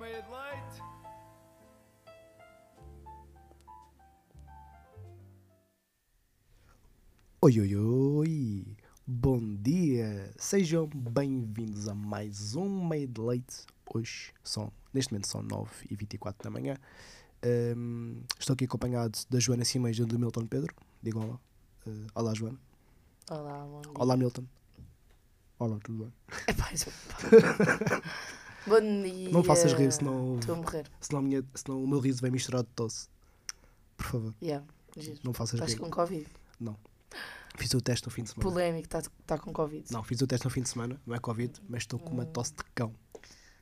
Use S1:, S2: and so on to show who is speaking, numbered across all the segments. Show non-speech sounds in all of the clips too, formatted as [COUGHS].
S1: red light.
S2: Oi, oi, oi! Bom dia! Sejam bem-vindos a mais um Made Late. Hoje são, neste momento são 9h24 da manhã. Ahm, estou aqui acompanhado da Joana Simões e do Milton Pedro. Digam olá. Ah, olá, Joana.
S3: Olá, bom dia. [LAUGHS]
S2: Olá, Milton. Olá, tudo bem?
S3: Epá,
S2: [LAUGHS]
S3: isso- pá. um bom dia.
S2: Não faças rir, senão-
S3: Estou a morrer.
S2: Senão, a minha, senão o meu riso vem misturado de tosse. Por favor,
S3: Yeah, giro.
S2: não faças
S3: Estás
S2: rir.
S3: com Covid.
S2: Fiz o teste no fim de semana.
S3: Polémico, está tá com Covid.
S2: Não, fiz o teste no fim de semana, não é Covid, mas estou com uma tosse de cão.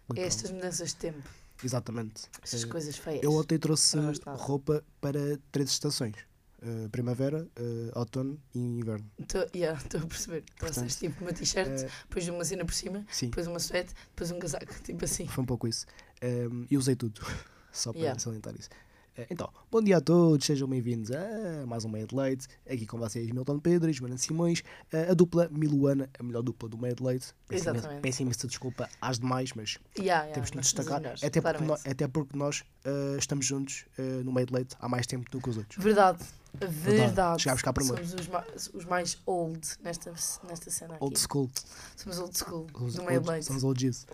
S2: Muito
S3: É Estas mudanças de tempo,
S2: pronto. Exatamente.
S3: estas
S2: Eh,
S3: coisas feias.
S2: Eu ontem trouxe
S3: Não gosto nada.
S2: roupa para três estações: Eh, primavera, eh, outono e inverno.
S3: Estou yeah, estou a perceber. Trouxeste tipo uma t-shirt,
S2: Eh,
S3: depois uma cena por cima,
S2: sim,
S3: depois uma suéte, depois um casaco, [LAUGHS] tipo assim.
S2: foi um pouco isso. Eh, e usei tudo, [LAUGHS] só para
S3: Yeah.
S2: salientar isso. Eh, então, bom dia a todos, sejam bem-vindos a mais um Meia de Leite. Aqui com vocês, Milton Pedro e Joana Simões, eh, a dupla Miluana, a melhor dupla do Meia de Leite. Peço imensa-
S3: Exatamente.
S2: Peço imensa desculpa às demais, mas
S3: Yeah, yeah,
S2: temos que nos
S3: nós somos
S2: destacar,
S3: os melhores,
S2: até porque,
S3: claramente.
S2: nós, é- até porque nós eh, estamos juntos eh, no meio de leite há mais tempo do que os outros.
S3: Verdade, verdade.
S2: Chegámos cá primeiro.
S3: Somos os, ma- os mais old nesta, nesta cena aqui.
S2: Old school.
S3: Somos old school.
S2: Os,
S3: do meio
S2: old,
S3: leite.
S2: são os old Gs.
S3: Somos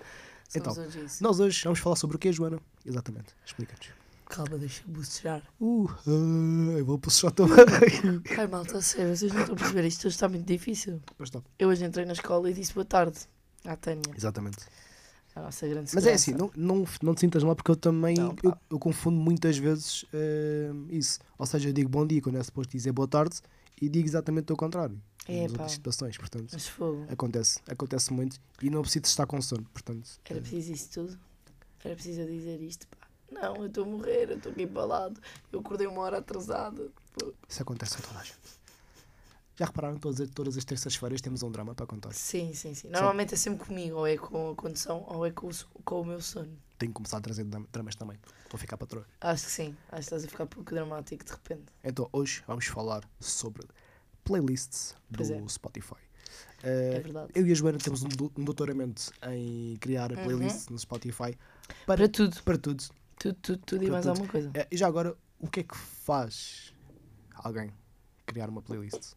S2: então,
S3: hoje isso.
S2: Nós hoje vamos falar sobre o quê, Joana? Exatamente, explica-nos.
S3: Calma, deixa-me bocejar.
S2: Uh, ah, eu vou puxar também.
S3: Ai, malta, a sério, vocês não estão a perceber, isto hoje está muito difícil.
S2: Mas tá.
S3: Eu hoje entrei na escola e disse boa tarde à Tânia,
S2: Exatamente.
S3: a nossa grande
S2: Mas é assim, não, não, não te sintas mal porque eu também
S3: Não,
S2: eu,
S3: pá.
S2: eu confundo muitas vezes eh, isso. Ou seja, eu digo bom dia quando é suposto dizer boa tarde e digo exatamente o contrário.
S3: É,
S2: nas
S3: pá.
S2: outras situações, portanto,
S3: Mas fogo,
S2: acontece, acontece muito e não preciso estar com sono, portanto.
S3: era
S2: eh,
S3: preciso isso tudo? Era preciso eu dizer isto, pá. Não, eu estou a morrer, eu estou aqui embalado, eu acordei uma hora atrasada.
S2: Isso acontece a toda a gente. Já repararam que todas, todas as terças-feiras temos um drama para contar?
S3: Sim, sim, sim. Normalmente é sempre comigo, ou é com a condução, ou é com o, so- com o meu sono.
S2: Tenho que começar a trazer dram- dramas também. Estou a ficar para trás.
S3: Acho que sim, acho que estás a ficar um pouco dramático de repente.
S2: Então hoje vamos falar sobre playlists
S3: Pois
S2: do
S3: é.
S2: Spotify. Uh,
S3: É verdade.
S2: eu e a Joana temos um, do- um doutoramento em criar
S3: Uhum.
S2: playlists no Spotify para,
S3: Para tudo,
S2: para tudo.
S3: tudo, tudo, tudo e
S2: Para
S3: mais
S2: tudo.
S3: alguma coisa.
S2: Eh, e já agora, o que é que faz alguém criar uma playlist?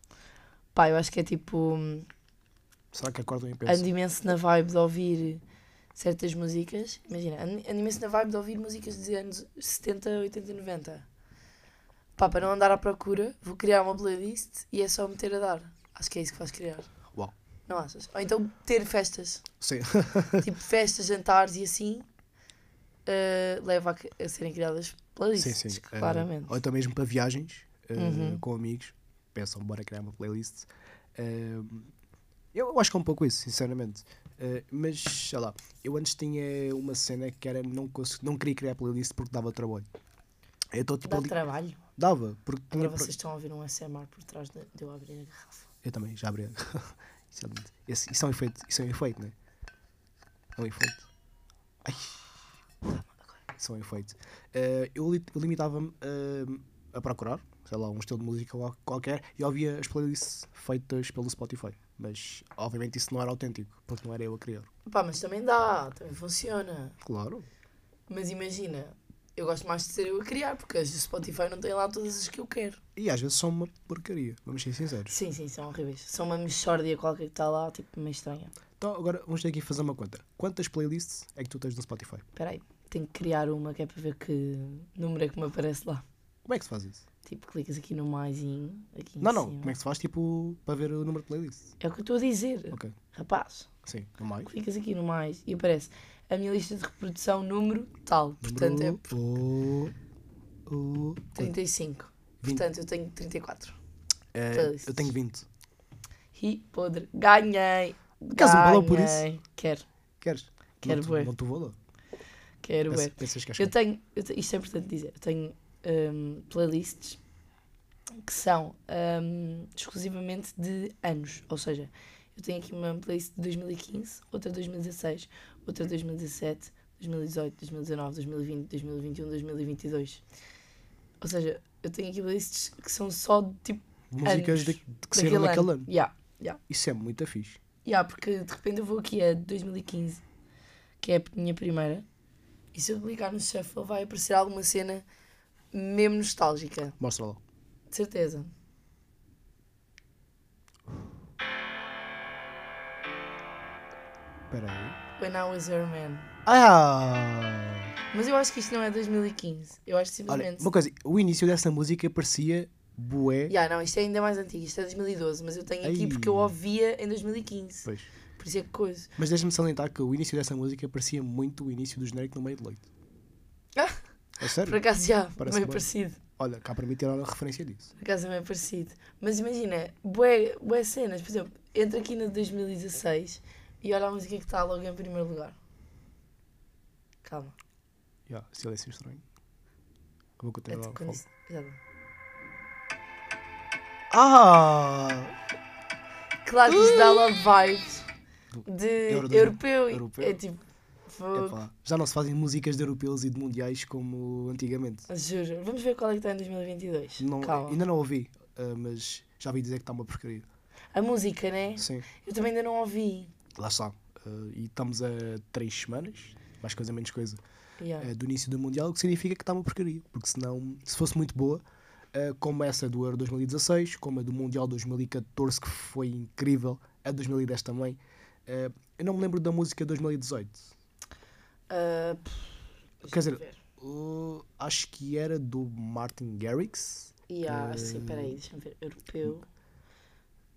S3: Pá, eu acho que é tipo. hum,
S2: Será que acordam e pensam?
S3: ando imenso na vibe de ouvir certas músicas. Imagina, ando ando imenso na vibe de ouvir músicas dos anos 70, 80 e 90. Pá, para não andar à procura, vou criar uma playlist e é só meter a dar. Acho que é isso que faz criar.
S2: Uau.
S3: Não achas? Ou então ter festas,
S2: [LAUGHS] Sim.
S3: tipo festas, jantares e assim, eh, leva a, que- a serem criadas
S2: sim,
S3: playlists,
S2: sim. Eh,
S3: claramente.
S2: ou então mesmo para viagens eh,
S3: Uhum.
S2: com amigos. Pensam, bora criar uma playlist. Eh, eu acho que é um pouco isso, sinceramente. Eh, mas, sei lá, eu antes tinha uma cena que era não, cons- não queria criar playlist porque dava trabalho. Eu estou tipo
S3: Dá
S2: ali-
S3: trabalho.
S2: Dava, porque
S3: Agora
S2: tinha-
S3: vocês estão a ouvir um SMR por trás de, de eu abrir a garrafa.
S2: Eu também, já abri. Excelente. Esse- [LAUGHS] isso é um efeito, isso é um efeito, não é? É um efeito. Ai. Isso é um efeito. Eh, eu li- eu limitava-me eh, a procurar, sei lá, um estilo de música qual- qualquer e ouvia as playlists feitas pelo Spotify. Mas, obviamente, isso não era autêntico, porque não era eu a criar.
S3: Pá, mas também dá, também funciona.
S2: Claro.
S3: Mas imagina, eu gosto mais de ser eu a criar, porque as do Spotify não têm lá todas as que eu quero.
S2: E às vezes são uma porcaria, vamos ser sinceros.
S3: Sim, sim, são horríveis. São uma mixórdia qualquer que está lá, tipo, meio estranha.
S2: Então, agora vamos ter aqui fazer uma conta. Quantas playlists é que tu tens no Spotify?
S3: Espera aí, tenho que criar uma que é para ver que número é que me aparece lá.
S2: Como é que se faz isso?
S3: Tipo, clicas aqui no maisinho, aqui em
S2: não, não.
S3: cima.
S2: Como é que se faz, tipo, para ver o número de playlists?
S3: É o que eu estou a dizer,
S2: Ok.
S3: rapaz.
S2: Sim, não mais.
S3: Clicas aqui no mais e aparece a minha lista de reprodução número tal. Portanto, é
S2: O- o-
S3: 35.
S2: Vinte.
S3: Portanto, eu tenho 34.
S2: Eh,
S3: playlists.
S2: eu tenho 20.
S3: E podre. Ganhei!
S2: Queres um balão por
S3: Ganhei. Quero,
S2: Queres?
S3: Quero
S2: não,
S3: bué.
S2: te- Não te vou lá.
S3: quero ver.
S2: Pensas- Pensas que és
S3: Eu
S2: quem?
S3: tenho, eu te- isto é importante dizer, eu tenho hum, playlists que são hum, exclusivamente de anos, ou seja, eu tenho aqui uma playlist de 2015, outra de 2016, outra de 2017, 2018, 2019, 2020, 2021, 2022. Ou seja, eu tenho aqui playlists que são só de tipo
S2: Músicas de, de que saíram naquele ano.
S3: Yeah,
S2: Isso é muito fixe.
S3: yeah, porque de repente eu vou aqui a 2015, que é a minha primeira, E se eu clicar no shuffle, vai aparecer alguma cena mesmo nostálgica.
S2: Mostra lá.
S3: De certeza.
S2: Espera aí.
S3: When I Was Your Man.
S2: Ah!
S3: Mas eu acho que isto não é 2015. Eu acho que
S2: Olha,
S3: simplesmente.
S2: uma coisa, o início dessa música parecia bué.
S3: Ya, não, isto é ainda mais antigo, isto é 2012, mas eu tenho aqui
S2: Ai.
S3: porque eu ouvia em 2015.
S2: Pois.
S3: Por isso é que coisa.
S2: Mas deixa-me salientar que o início dessa música parecia muito o início do genérico no meio de leite.
S3: Ah,
S2: É sério?
S3: por acaso já,
S2: Parece
S3: meio
S2: bem.
S3: parecido.
S2: Olha, cá para mim tiraram a referência disso.
S3: Por acaso é meio parecido. Mas imagina, bué, bué cenas, por exemplo, entra aqui na de 2016 e olha a música que está logo em primeiro lugar. Calma.
S2: Yeah, silêncio estranho. Vou
S3: É
S2: continuar
S3: de
S2: a
S3: quando
S2: falar.
S3: isto- Exato.
S2: Ah!
S3: Claro que isto dá logo vibes de
S2: Euro-
S3: europeu. e-
S2: europeu.
S3: É tipo, fogo.
S2: Epá, já não se fazem músicas de europeus e de mundiais como antigamente.
S3: Juro, vamos ver qual é que está em 2022.
S2: Não,
S3: Calma.
S2: ainda não ouvi, ah, mas já vi dizer que está uma porcaria.
S3: A música, né?
S2: Sim,
S3: Eu também ainda não ouvi.
S2: lá está. Ah, e estamos a três semanas, mais coisa menos coisa,
S3: Yeah.
S2: ah, do início do Mundial, o que significa que está uma porcaria. Porque senão, se fosse muito boa, ah, como essa do Euro 2016, como a do Mundial 2014, que foi incrível, a de 2010 também, ah, eu não me lembro da música de 2018.
S3: Ah, pff, deixa
S2: dizer,
S3: eu ver.
S2: Ah, acho que era do Martin Garrix.
S3: Yeah,
S2: eh,
S3: sim, peraí, deixa-me ver. Europeu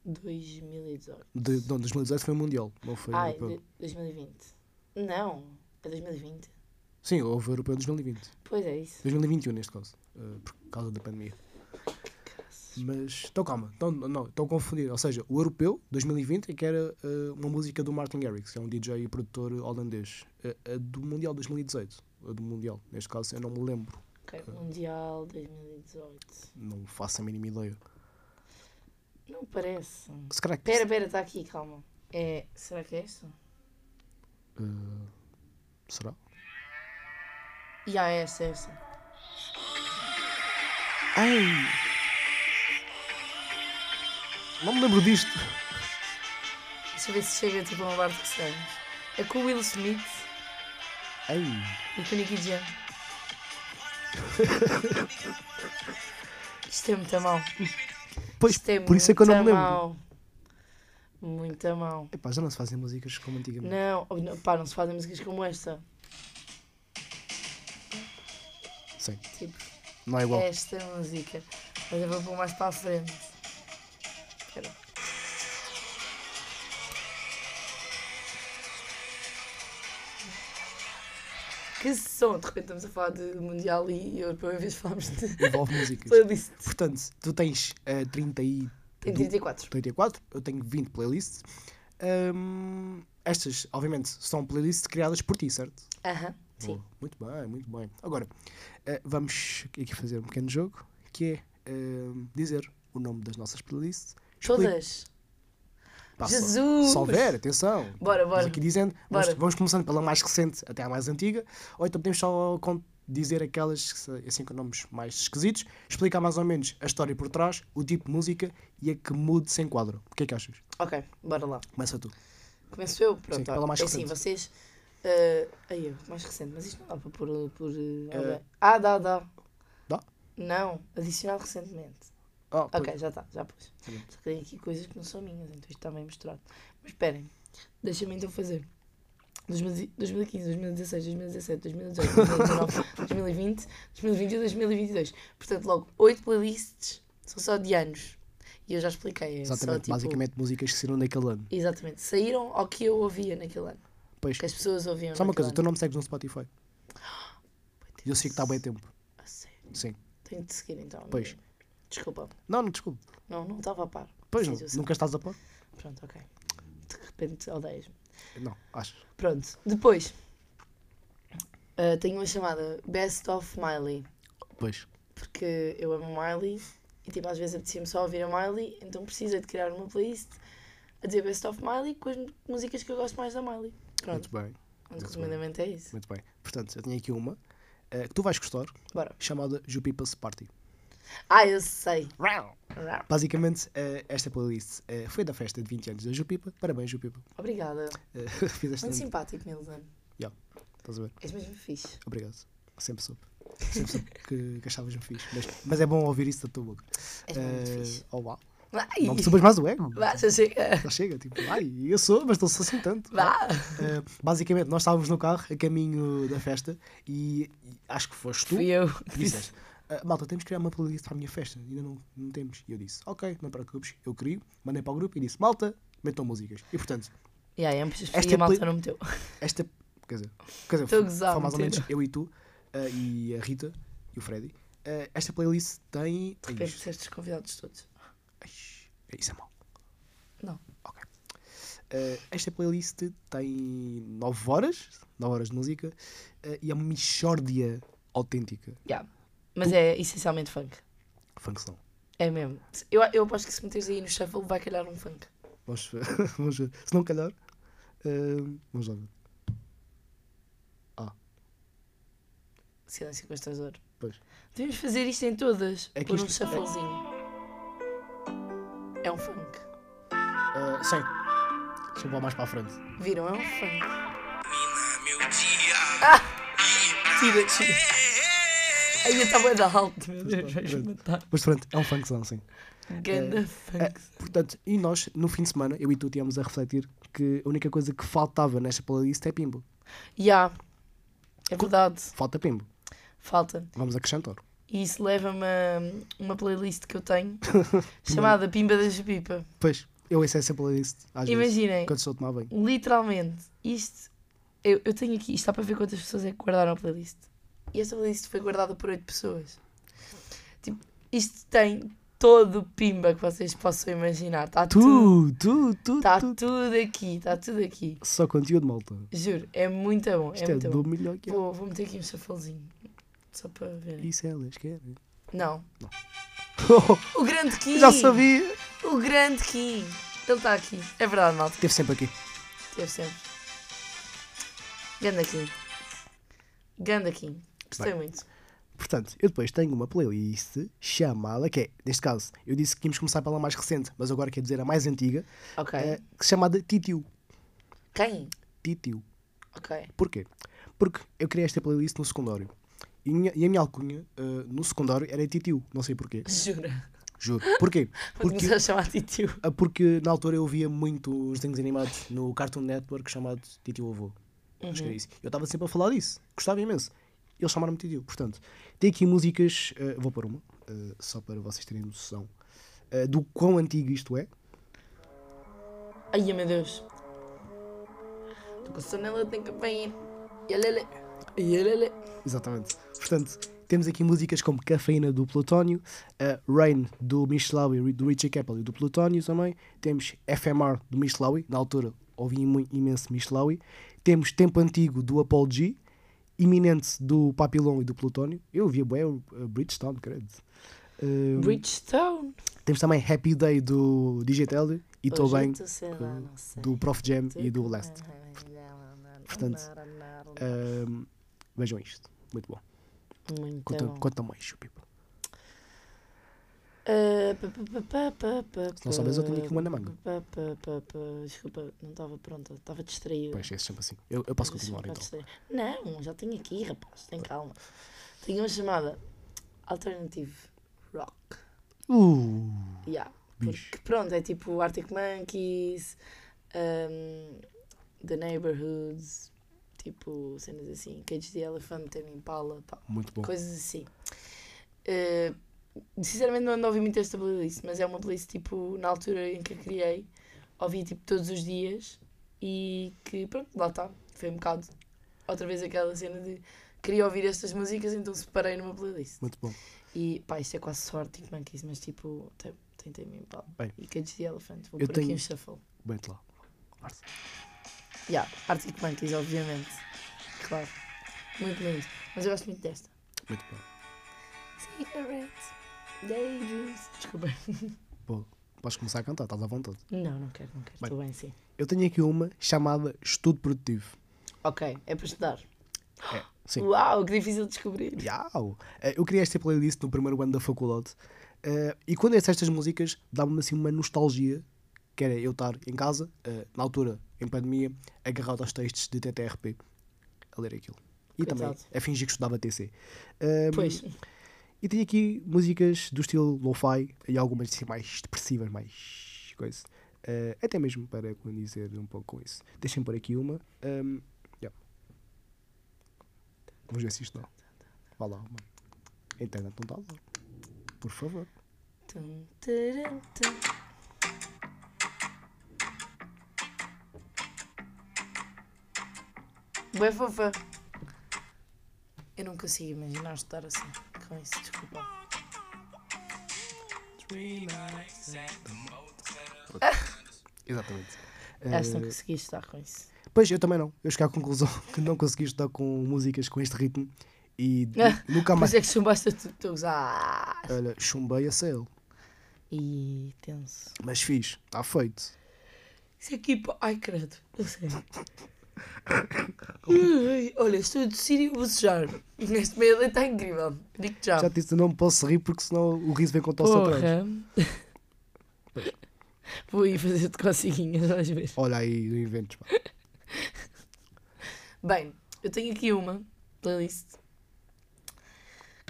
S3: 2018.
S2: De, não, 2018 foi o Mundial, não foi o
S3: Ai,
S2: Europeu.
S3: de- 2020. Não, é 2020.
S2: Sim, houve o Europeu em 2020.
S3: Pois é isso.
S2: 2021, neste caso, eh, por causa da pandemia.
S3: Caraças.
S2: Mas, então calma, então, não, estou a confundir. Ou seja, o Europeu, 2020, é que era eh, uma música do Martin Garrix, que é um DJ e produtor holandês. Eh, A- a do Mundial 2018, a do Mundial, neste caso, eu não me lembro,
S3: Ok, Mundial 2018.
S2: não faço a mínima ideia.
S3: Não parece.
S2: Se calhar é que.
S3: Pera, pera, está aqui, calma. É, será que é esta?
S2: eh, será?
S3: Já, é esta, é esta.
S2: Ai! Não me lembro disto.
S3: Deixa eu ver se chega tipo a uma parte que estamos. É com o Will Smith
S2: Ai!
S3: e com o Nicky
S2: [LAUGHS]
S3: Jam. Isto é muito mal.
S2: Pois,
S3: Isto é
S2: por isso é que eu não me
S3: muito
S2: lembro.
S3: Mal. Muito mal.
S2: Epá, já não se fazem músicas como antigamente.
S3: Não, oh, não, pá, não se fazem músicas como esta.
S2: Sim,
S3: Tipo,
S2: não é igual.
S3: esta música. Mas eu vou pôr mais para a frente. Espera. Que som! De repente estamos a falar de Mundial e Europeu em vez de falarmos de
S2: [LAUGHS]
S3: [LAUGHS]
S2: Envolve músicas.
S3: playlist.
S2: Portanto, tu tens eh, 30 e
S3: Tem 34.
S2: 34, eu tenho 20 playlists. Ahm, estas, obviamente, são playlists criadas por ti, certo?
S3: Aham, sim.
S2: Boa. Muito bem, muito bem. Agora, eh, vamos aqui fazer um pequeno jogo, que é ahm, dizer o nome das nossas playlists. Explica-
S3: Todas.
S2: Pá, só-
S3: Jesus!
S2: Se houver, atenção.
S3: Bora,
S2: Vamos
S3: bora.
S2: aqui dizendo, vamos,
S3: Bora.
S2: vamos começando pela mais recente até à mais antiga, ou então podemos só con- dizer aquelas que se- assim com nomes mais esquisitos, explicar mais ou menos a história por trás, o tipo de música e a que mood se enquadra. O que é que achas?
S3: Ok, bora lá.
S2: Começa tu.
S3: Começo eu, pronto.
S2: Sim, pela mais
S3: é assim,
S2: recente.
S3: vocês. eh, aí eu, mais recente, mas isto não dá para pôr. eh, por, eh, ordem. Ah, dá, dá.
S2: Dá?
S3: Não, adicional recentemente.
S2: Ah, pois.
S3: Ok, já está, já pus.
S2: Tá bem.
S3: Só que tem aqui coisas que não são minhas, então isto está bem misturado. Mas esperem, deixem-me então fazer. 2000 2015, 2016, 2017, 2018, 2019,
S2: [LAUGHS]
S3: 2020, 2021, 2022. Portanto, logo, 8 playlists são só de anos. E eu já expliquei. É
S2: Exatamente,
S3: só, tipo,
S2: basicamente músicas que saíram daquele ano.
S3: Exatamente. Saíram ao que eu ouvia naquele ano.
S2: Pois,
S3: Que as pessoas ouviam.
S2: só uma
S3: naquele
S2: coisa, tu
S3: ano.
S2: não me segues no Spotify.
S3: [GASPS]
S2: E Eu sei que está bem tempo.
S3: A Ah, sério.
S2: Sim.
S3: Tenho de seguir então. amiga.
S2: Pois.
S3: Desculpa.
S2: Não, não, desculpe.
S3: Não, não estava a par.
S2: Pois,
S3: da
S2: não,
S3: situação.
S2: nunca estás a pôr?
S3: Pronto, ok. De repente odeias-me.
S2: Não, acho.
S3: Pronto. Depois. ah, tenho uma chamada Best of Miley.
S2: Pois.
S3: Porque eu amo a Miley. E tipo, às vezes apetecia-me só ouvir a Miley. Então precisei de criar uma playlist a dizer Best of Miley com as músicas que eu gosto mais da Miley. Pronto.
S2: Muito bem,
S3: Muito resumidamente é isso.
S2: muito bem. Portanto, eu tenho aqui uma eh, que tu vais gostar,
S3: Bora.
S2: chamada Jupipas Party.
S3: Ah, eu sei. Rau.
S2: Basicamente, eh, esta playlist eh, foi da festa de 20 anos da Jupipa. Parabéns, Jupipa.
S3: Parabéns. Obrigada.
S2: Eh, [LAUGHS] Fizeste
S3: Muito
S2: tanto.
S3: simpático, Milton.
S2: Yeah. Estás a ver?
S3: És mesmo fixe.
S2: Obrigado. Sempre soube. Sempre soube que, que achavas-me fixe. Mas, mas é bom ouvir isso da tua boca.
S3: És muito fixe.
S2: Eh, oh, uau.
S3: Vai!
S2: Não me subas mais o ego.
S3: Vá, já chega.
S2: Já chega, tipo, ai, eu sou, mas não sou assim tanto.
S3: Vá!
S2: Eh, basicamente, nós estávamos no carro a caminho da festa e, e acho que foste tu
S3: Fui eu.
S2: [LAUGHS] que disseste. "Ah, malta, temos que criar uma playlist para a minha festa. Ainda não, não temos. E eu disse, ok, não te preocupes, eu crio. Mandei para o grupo e disse, malta, metam músicas. E portanto,
S3: Yeah, ambos os
S2: Esta
S3: filhos, a malta
S2: poli-
S3: não meteu.
S2: esta. Quer dizer, quer dizer
S3: Estou a
S2: foi,
S3: gozar,
S2: foi mais ou menos
S3: mentira.
S2: eu e tu, ah, e a Rita e o Freddy. Ah, esta playlist tem.
S3: De repente, disseste os convidados todos.
S2: Ai, Isso é mau.
S3: Não.
S2: Ok. Eh, esta playlist tem 9 horas, 9 horas de música, eh, e é uma mixórdia autêntica.
S3: Yeah. Mas é essencialmente funk.
S2: Funk song.
S3: É mesmo. Eu, eu aposto que se meteres aí no shuffle vai calhar um funk.
S2: Vamos ver. [LAUGHS] vamos ver. Se não calhar, eh, vamos lá ver.
S3: Silêncio constrangedor.
S2: Pois.
S3: Devemos fazer isto em todas.
S2: É
S3: É
S2: que
S3: por um
S2: isto-
S3: shufflezinho. É um funk.
S2: Eh, sim. Deixa eu pôr mais para a frente.
S3: Viram? É um funk.
S1: Meu dia.
S2: Ah!
S3: Tira, tira. Aí eu estava da alto, meu
S2: Pois
S3: Deus, vais
S2: pronto.
S3: matar.
S2: Mas pronto, é um funk song, sim.
S3: Ganda
S2: É,
S3: funk.
S2: portanto, e nós, no fim de semana, eu e tu tínhamos a refletir que a única coisa que faltava nesta playlist é pimbo.
S3: Ya. É verdade.
S2: Falta pimbo.
S3: Falta.
S2: Vamos acrescentar.
S3: E isso leva-me a uma playlist que eu
S2: [LAUGHS]
S3: tenho chamada Pimba das Pipa.
S2: Pois, eu essa é essa playlist. Às vezes,
S3: Imaginem,
S2: quando estou a tomar banho.
S3: literalmente, isto. Eu, eu tenho aqui, isto está para ver quantas pessoas é que guardaram a playlist. E esta playlist foi guardada por 8 pessoas. Tipo, isto tem todo o pimba que vocês possam imaginar. Está tudo.
S2: Tu, tu, tu,
S3: Está
S2: tu.
S3: tudo aqui, está tudo aqui.
S2: Só conteúdo, malta.
S3: Juro, é muito bom.
S2: Isto é,
S3: É muito
S2: do
S3: bom.
S2: melhor que é.
S3: Vou, vou meter aqui um chafazinho. Só para verem.
S2: Isso elas querem.
S3: Não. O grande Kim!
S2: Já sabia.
S3: O grande Kim! Ele está aqui. É verdade, malta.
S2: Teve sempre aqui.
S3: Teve sempre. Ganda Kim. Ganda Kim. Gostei muito.
S2: Portanto, eu depois tenho uma playlist chamada, que é, neste caso, eu disse que íamos começar pela mais recente, mas agora quer dizer a mais antiga,
S3: Ok.
S2: eh, que se chamada Titiu.
S3: Quem?
S2: Titiu.
S3: Ok.
S2: Porquê? Porque eu criei esta playlist no secundário. E, minha- e a minha alcunha eh, no secundário era Titiu. Não sei porquê.
S3: Jura.
S2: Juro. Porquê?
S3: Vou
S2: Porque
S3: começar a chamar de tio.
S2: Ah, Porque na altura eu via muito os desenhos animados no Cartoon Network chamado Titio Avô. Acho que era isso. Eu estava sempre a falar disso. Gostava imenso. Eles chamaram-me Titio. Portanto, tem aqui músicas. ah, vou pôr uma, ah, só para vocês terem noção ah, do quão antigo isto é.
S3: Ai, meu Deus. Estou com sonela, tenho que bem. Yalele. Yalele.
S2: Exatamente. Portanto, temos aqui músicas como Cafeína do Plutónio, ah, Rain do Michelau e do Richie Keppel e do Plutónio também. Temos FMR do Michelau. Na altura ouvi imen- imenso Michelau. Temos Tempo Antigo do Apollo G. Iminente do Papilon e do Plutónio. Eu via bem o ah, Bridgestone, credo. Ah,
S3: Bridgestone.
S2: temos também Happy Day do Digital e Tô
S3: é
S2: Bem do Prof Jam e do Last. Portanto, Ah, vejam isto. Muito bom.
S3: Muito
S2: Conta,
S3: Tá bom.
S2: conta mais, Chupipo.
S3: Ah, pa, pa, pa, pa, pa, pa,
S2: Se não souberes, eu tenho aqui uma na
S3: pa,
S2: manga.
S3: pa, pa, pa, pa. Desculpa, não estava pronta, estava distraída.
S2: Pois, é sempre assim. Eu, eu posso
S3: Deixa-me
S2: continuar
S3: cá
S2: então.
S3: distrair. Não, já tenho aqui, rapaz, tem calma. Tenho uma chamada Alternative Rock.
S2: Uh,
S3: Yeah.
S2: Bicho.
S3: Porque pronto, é tipo Arctic Monkeys, um, The Neighborhoods, tipo cenas assim, Cage the Elephant, Tame Impala, tal.
S2: muito bom.
S3: coisas assim. Eh, sinceramente não ando a ouvir muito esta playlist, mas é uma playlist tipo, na altura em que a criei, ouvi tipo todos os dias e que pronto, lá está. Foi um bocado outra vez aquela cena de queria ouvir estas músicas, então separei numa playlist.
S2: Muito bom.
S3: E pá, isto é quase sorte e monkeys, mas tipo, tem, tem, tem mim, pá.
S2: Bem.
S3: E Cage the Elephant, vou
S2: Eu
S3: pôr aqui
S2: tenho-
S3: um shuffle.
S2: Bem-te lá.
S3: Yeah, Arctic Monkeys, obviamente. Claro. Muito lindo. Mas eu gosto muito desta.
S2: Muito bom.
S3: é Cigarettes, daydreams. Desculpa.
S2: Podes começar a cantar, estás à vontade.
S3: Não, não quero, não quero.
S2: Bem.
S3: Estou bem assim.
S2: Eu tenho aqui uma chamada Estudo Produtivo.
S3: Ok, é para estudar.
S2: É, sim.
S3: Uau, que difícil de descobrir.
S2: Uau! Eh, Eu criei esta playlist no primeiro ano da faculdade eh, e quando eu ouço estas músicas dava-me assim uma nostalgia, que era eu estar em casa, eh, na altura, em pandemia, agarrado aos textos de TTRP. a ler aquilo. E também
S3: Coitado.
S2: a fingir que estudava TC. Ahm,
S3: Pois,
S2: E tem aqui músicas do estilo lo-fi e algumas assim, mais depressivas, mais coisa. Ah, até mesmo para condizer um pouco com isso. Deixem por aqui uma. Ahm, yeah. Vamos ver se isto dá. Vá lá, uma. A internet não dá lá. Por favor.
S3: Tum, taran, tum. Bué fofa. Eu não consigo imaginar estar assim com isso, desculpa.
S2: Exatamente.
S3: Acho que
S2: Ah,
S3: não consegui estar com isso.
S2: Pois, eu também não. Eu cheguei à conclusão [LAUGHS] que não consegui estudar com músicas com este ritmo e nu- nunca
S3: Mas
S2: mais.
S3: é que chumbaste tu, tu a gozar.
S2: Olha, chumbei a sale,
S3: E tenso.
S2: mas fiz, está feito.
S3: Isso aqui, pá, ai credo, não sei. Ui, Olha, estou a tossir e a bocejar. Neste meio está incrível. Digo já.
S2: Já te disse, não posso rir porque senão o riso vem com tosse atrás.
S3: Ah. Porra. Vou ir fazer-te coceguinhas, vais ver.
S2: Olha aí, não inventes. pá.
S3: Bem, eu tenho aqui uma playlist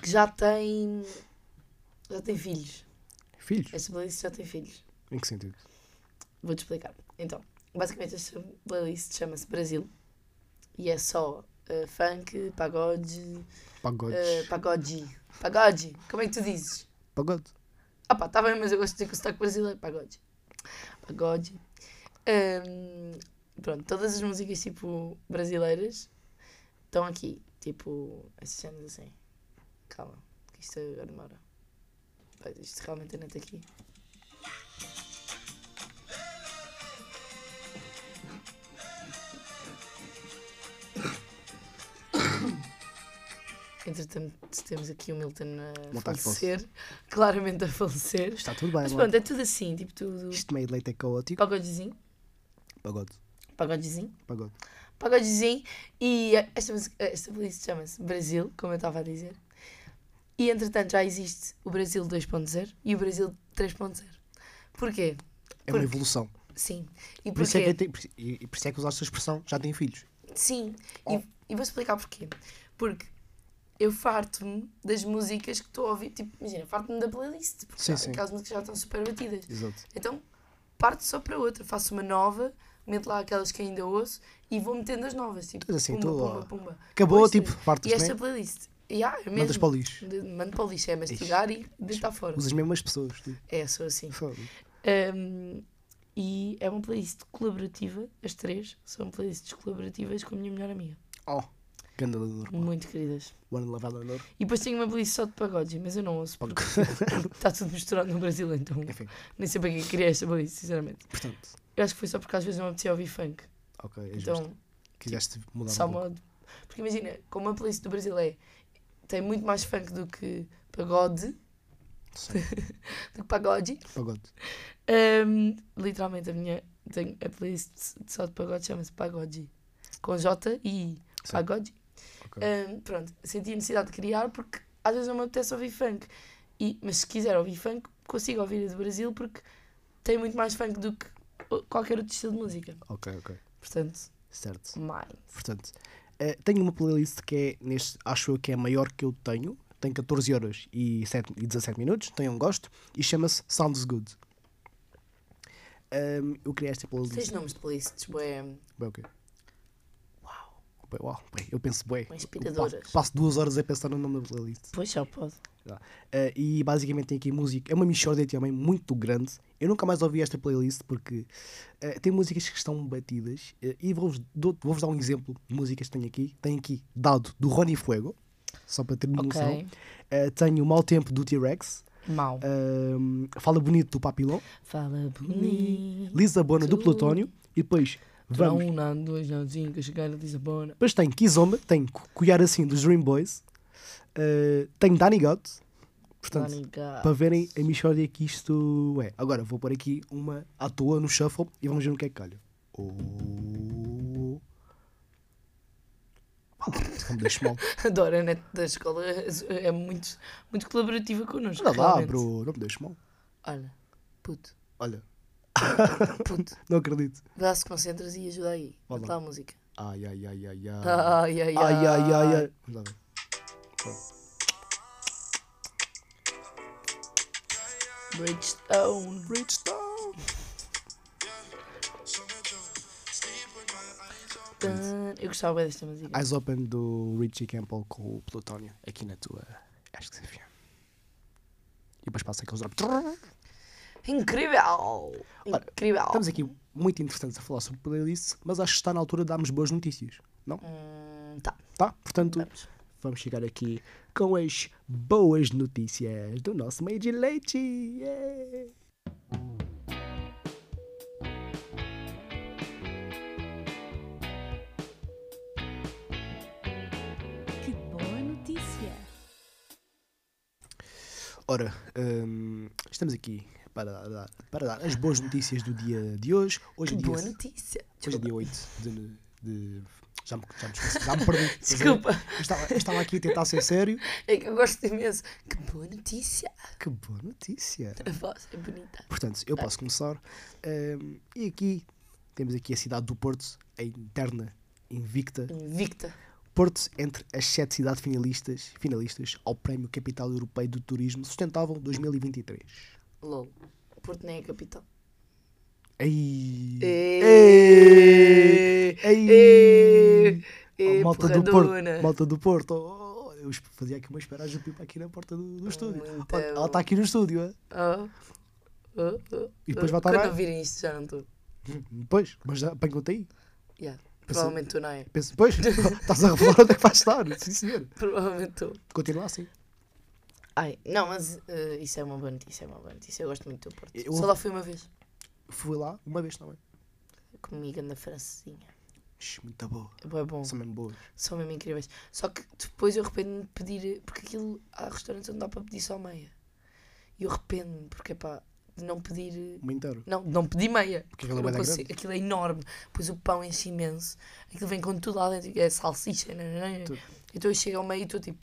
S3: que já tem. Já tem filhos.
S2: Filhos?
S3: Esta playlist já tem filhos.
S2: Em que sentido?
S3: Vou-te explicar. Então, basicamente esta playlist chama-se Brasil e é só eh, funk, pagode,
S2: Pagodes.
S3: eh, pagode, pagode, como é que tu dizes?
S2: Pagode.
S3: Ah pá, tá bem, mas eu gosto de dizer que o sotaque brasileiro. é Pagode. Pagode. Ahm, pronto, todas as músicas tipo brasileiras estão aqui. Tipo, essas cenas assim. Calma, que isto agora demora. Pá, Isto realmente é neto aqui. [COUGHS] Entretanto, temos aqui o Milton a
S2: Montagem falsa.
S3: falecer. [LAUGHS] Claramente a falecer.
S2: Está tudo bem,
S3: Mas
S2: lá.
S3: pronto, é tudo assim, tipo tudo.
S2: Isto meio de leite é caótico.
S3: Pagodezinho,
S2: Pagode.
S3: pagodezinho,
S2: Pagode.
S3: pagodezinho. E eh, esta, música, esta playlist chama-se Brasil, como eu estava a dizer. E entretanto já existe o Brasil 2.0 e o Brasil 3.0. Porquê?
S2: É uma
S3: Por-
S2: evolução.
S3: Sim. E
S2: Por isso, é
S3: porquê?
S2: que tem, por, e, e por isso é que usaste a expressão já tem filhos.
S3: Sim.
S2: Oh.
S3: E, e vou explicar porquê. Porque eu farto-me das músicas que estou a ouvir. Tipo, imagina, farto-me da playlist. Porque
S2: Sim,
S3: há
S2: sim.
S3: aquelas músicas que já estão super batidas.
S2: Exato.
S3: Então parto só para outra, faço uma nova, meto lá aquelas que ainda ouço e vou metendo as novas. Tipo,
S2: Mas assim,
S3: pumba,
S2: tu,
S3: pumba,
S2: ó,
S3: pumba.
S2: Acabou,
S3: Ouço-
S2: tipo, partes,
S3: é. E esta
S2: né?
S3: playlist. Yeah, eu mesmo.
S2: Mandas para o lixo.
S3: De- Mando para o lixo, é mastigar e deitar fora.
S2: Usas mesmo as pessoas. tipo, tu.
S3: É, sou assim.
S2: Foda-se.
S3: Um, e é uma playlist colaborativa, as três são playlists colaborativas com a minha melhor amiga.
S2: Oh, candelador.
S3: Muito queridas.
S2: One Love Eleanor.
S3: E depois tenho uma playlist só de pagodes, mas eu não ouço porque [LAUGHS] está tudo misturado no Brasil, então
S2: Enfim,
S3: nem sei para que queria esta playlist, sinceramente.
S2: portanto.
S3: Eu acho que foi só porque às vezes não me apetecia ouvir funk.
S2: Ok, é justo.
S3: Então,
S2: Quiseste mudar
S3: Só
S2: um pouco.
S3: uma- Porque imagina, como a playlist do Brasil é, tem muito mais funk do que pagode,
S2: Sim,
S3: do que pagode.
S2: Pagode.
S3: hum, literalmente a minha tenho a playlist de- só de pagode chama-se Pagode. Com J e I,
S2: Sim.
S3: Pagode.
S2: Ok.
S3: Hum, pronto, senti a necessidade de criar porque às vezes não me apetece ouvir funk. E, mas se quiser ouvir funk, consigo ouvir a do Brasil porque tem muito mais funk do que o- qualquer outro estilo de música.
S2: Ok, ok.
S3: Portanto,
S2: Certo.
S3: mind.
S2: Portanto, eh, tenho uma playlist que é, neste, acho eu que é a maior que eu tenho. Tem 14 horas e, 7, e 17 minutos. Tem um gosto. E chama-se Sounds Good. Ahm, eu criei esta
S3: Tens
S2: playlist.
S3: nomes de playlists, bué,
S2: Bem, ok. Uau. Uau, bem, eu penso bem.
S3: Bem inspiradoras.
S2: Passo duas horas a pensar no nome da playlist.
S3: Pois já pode.
S2: Tá. Eh, e basicamente tem aqui música. É uma mixórdia também muito grande. Eu nunca mais ouvi esta playlist porque eh, tem músicas que estão batidas. eh, e vou-vos dou- vou-vos dar um exemplo de músicas que tenho aqui. Tenho aqui Dado do Ronnie Fuego, só para ter
S3: Ok.
S2: noção. Eh, tenho Mau Tempo do T-Rex.
S3: Mau.
S2: ehm, Fala Bonito do Papilão.
S3: Fala bonito.
S2: Lisabona do Plutónio. E depois vamos.
S3: Vamos. Um, não, dois, não, cinco, chegar a Lisabona.
S2: Depois tem Kizomba. Tem Cuiar Assim dos Dream Boys. eh, tenho Danny God. Portanto,
S3: Mónica.
S2: para verem a mixórdia que isto é. Agora vou pôr aqui uma à toa no shuffle e vamos ver no que é que calha. Oh. Ah, não me deixes [LAUGHS] mal.
S3: [LAUGHS] Adoro, a net da escola é é muito, muito colaborativa connosco.
S2: Olha lá,
S3: realmente.
S2: bro. Não me deixes mal.
S3: Olha, puto,
S2: Olha,
S3: puto,
S2: não acredito.
S3: vá se concentras e ajuda aí.
S2: Vá lá.
S3: Bota lá a música.
S2: Ai, ai, ai, ai, Tá, ai.
S3: Ai, ai,
S2: Ai, ai, ai, ai. Vamos lá ver.
S3: Bridgestone.
S2: Bridgestone.
S3: Tan. Eu gostava bem desta música.
S2: Eyes Open do Richie Campbell com o Plutónio aqui na tua Acho que se enfia. E depois passa aqueles drops.
S3: Incrível!
S2: Ora,
S3: Incrível!
S2: Estamos aqui muito interessantes a falar sobre playlists, mas acho que está na altura de darmos boas notícias, não?
S3: Hum, tá,
S2: Tá? Portanto,
S3: vamos.
S2: vamos chegar aqui com as boas notícias do nosso meio de leite. Yeah!
S4: Que boa notícia!
S2: Ora, hum, estamos aqui para dar, para dar as boas notícias do dia de hoje. Hoje
S3: Que
S2: é
S3: boa
S2: dia
S3: notícia!
S2: Hoje é dia 8 de. de- já, me, já, me esqueci, já me perdi. Mas eu-
S3: Desculpa,
S2: Eu estava, eu estava aqui a tentar ser sério.
S3: é que eu gosto imenso. Que boa notícia!
S2: Que boa notícia!
S3: A voz é bonita.
S2: Portanto, eu posso começar. Ahm, e aqui temos aqui a cidade do Porto, a interna invicta.
S3: Invicta.
S2: Porto entre as sete cidades finalistas, finalistas ao Prémio Capital Europeio do Turismo Sustentável 2023.
S3: LOL. Porto nem é a capital.
S2: Ei!
S3: Ei!
S2: Ei!
S3: Ei!
S2: Oh,
S3: Ei,
S2: malta, do Porto,
S3: porradona.
S2: malta do Porto! Oh, oh, eu fazia aqui uma esperagem pipa aqui na porta do,
S3: Oh,
S2: do estúdio.
S3: Muito
S2: Olha, ela
S3: bom.
S2: está aqui no estúdio, é?
S3: Oh, oh, oh,
S2: E depois
S3: oh.
S2: vai estar
S3: Quando
S2: lá?
S3: ouvirem isto já não estou.
S2: Pois, mas já apanhou-te aí.
S3: Yeah.
S2: Assim.
S3: Provavelmente estou, não é? [LAUGHS]
S2: Penso, pois, [LAUGHS] estás a revelar onde é que vais estar, sim senhor.
S3: Provavelmente estou.
S2: Continua assim.
S3: Ai, não, mas eh, isso é uma boa notícia, é uma boa notícia. Eu gosto muito do Porto.
S2: Eu-
S3: Só lá fui uma vez.
S2: Fui lá uma vez também.
S3: Comigo na francesinha.
S2: Ixi, muito boa.
S3: É bom.
S2: São mesmo boas.
S3: São mesmo incríveis. Só que depois eu arrependo-me de pedir, porque aquilo há restaurantes onde dá para pedir só meia. E eu arrependo-me, porque pá, de não pedir.
S2: Uma inteira.
S3: Não, de não pedi meia.
S2: Porque aquilo é
S3: Eu não
S2: bué da
S3: consigo. Aquilo é enorme. Pois o pão enche imenso. Aquilo vem com tudo lá dentro. É salsicha. nananã.
S2: Tudo.
S3: Então eu chego ao meio e estou tipo,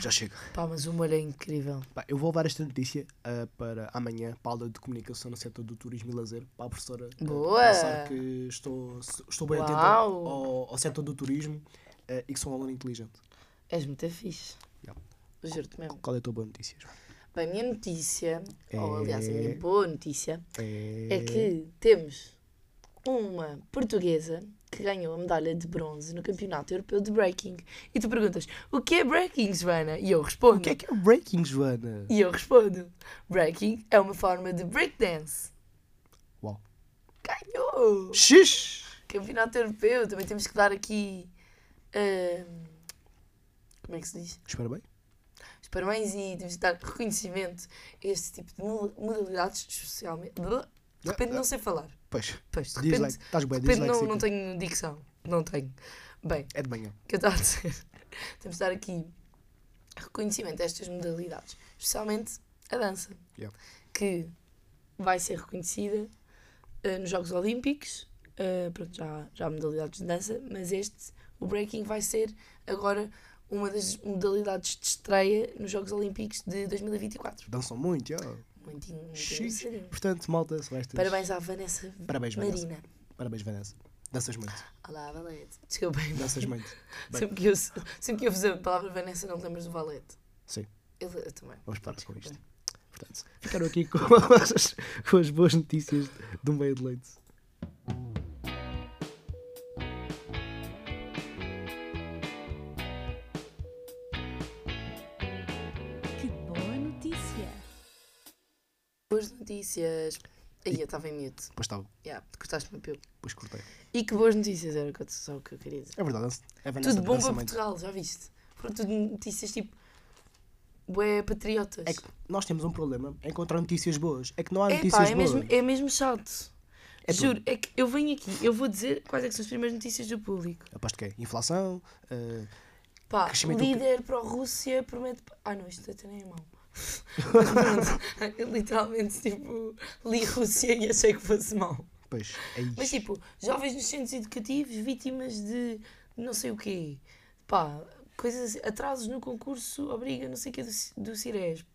S2: Já chega.
S3: pá, mas o molho é incrível.
S2: Pá, eu vou levar esta notícia ah, para amanhã, para a aula de comunicação no setor do turismo e lazer, para a professora ah,
S3: Boa!
S2: pensar que estou, estou bem atento
S3: Uau!
S2: ao, ao setor do turismo ah, e que sou um aluno inteligente.
S3: És muito fixe.
S2: Já.
S3: Juro-te mesmo.
S2: Qual é a tua boa notícia? João?
S3: Bem, a minha notícia, ou aliás, a
S2: É.
S3: minha boa notícia,
S2: É...
S3: é que temos uma portuguesa que ganhou a medalha de bronze no Campeonato Europeu de Breaking. E tu perguntas, o que é Breaking, Joana? E eu respondo.
S2: O que é que é o breaking, Joana?
S3: E eu respondo, Breaking é uma forma de breakdance.
S2: Uau.
S3: Ganhou!
S2: Xix!
S3: Campeonato Europeu, também temos que dar aqui. ahm, como é que se diz?
S2: Espera bem.
S3: os parabéns e temos de dar reconhecimento a este tipo de mo- modalidades, especialmente. De repente não sei falar.
S2: Pois,
S3: Pois, de
S2: dislike.
S3: repente,
S2: Estás bem,
S3: de repente
S2: dislike.
S3: não, não tenho dicção. Não tenho. Bem,
S2: É de manhã.
S3: o que eu estava a dizer? [LAUGHS] Temos de dar aqui reconhecimento a estas modalidades, especialmente a dança,
S2: Yeah.
S3: que vai ser reconhecida eh, nos Jogos Olímpicos. Eh, pronto, já, já há modalidades de dança, mas este, o breaking, vai ser agora uma das modalidades de estreia nos Jogos Olímpicos de 2024.
S2: Dançam muito, já.
S3: Muito, in- muito
S2: Xis.
S3: engraçadinho.
S2: Portanto, malta, Celeste.
S3: Parabéns à Vanessa
S2: Parabéns, Vanessa.
S3: Marina.
S2: Parabéns, Vanessa. Danças muito.
S3: Olá, Valete. Desculpem.
S2: Danças
S3: [LAUGHS]
S2: muito. Bem.
S3: Sempre que, eu, sempre que eu uso a palavra Vanessa, não te lembras do Valete.
S2: Sim,
S3: Eu, eu também.
S2: vamos parar com
S3: Desculpa.
S2: isto. Portanto, ficaram aqui com [LAUGHS] as, com as boas notícias do meio de leite.
S4: Que boa notícia!
S3: Boas notícias. Aí eu estava em mute.
S2: Pois estava,
S3: Yeah, cortaste-me o pelo.
S2: pois cortei.
S3: E que boas notícias era o que eu- só o que eu queria dizer.
S2: É verdade, dança. É Vanessa,
S3: Tudo bom
S2: dança
S3: para
S2: muito.
S3: Portugal, já viste? Foram tudo notícias tipo. Bué patriotas.
S2: É que nós temos um problema é encontrar notícias boas. É que não há
S3: É,
S2: notícias
S3: pá, é
S2: boas.
S3: mesmo, é mesmo chato.
S2: É tudo.
S3: Juro, é que eu venho aqui, eu vou dizer quais é que são as primeiras notícias do público.
S2: Aposto que é inflação, eh,
S3: Pá,
S2: Crescimento do quê?
S3: líder pró-Rússia promete. Ah, não, isto até nem é mau. [LAUGHS] Mas pronto, [LAUGHS] eu literalmente, tipo, li Rússia e achei que fosse mau.
S2: pois, é isso.
S3: Mas tipo, jovens nos centros educativos, vítimas de não sei o quê. Pá, coisas, atrasos no concurso, obriga não sei o quê do, C- do Ciresp.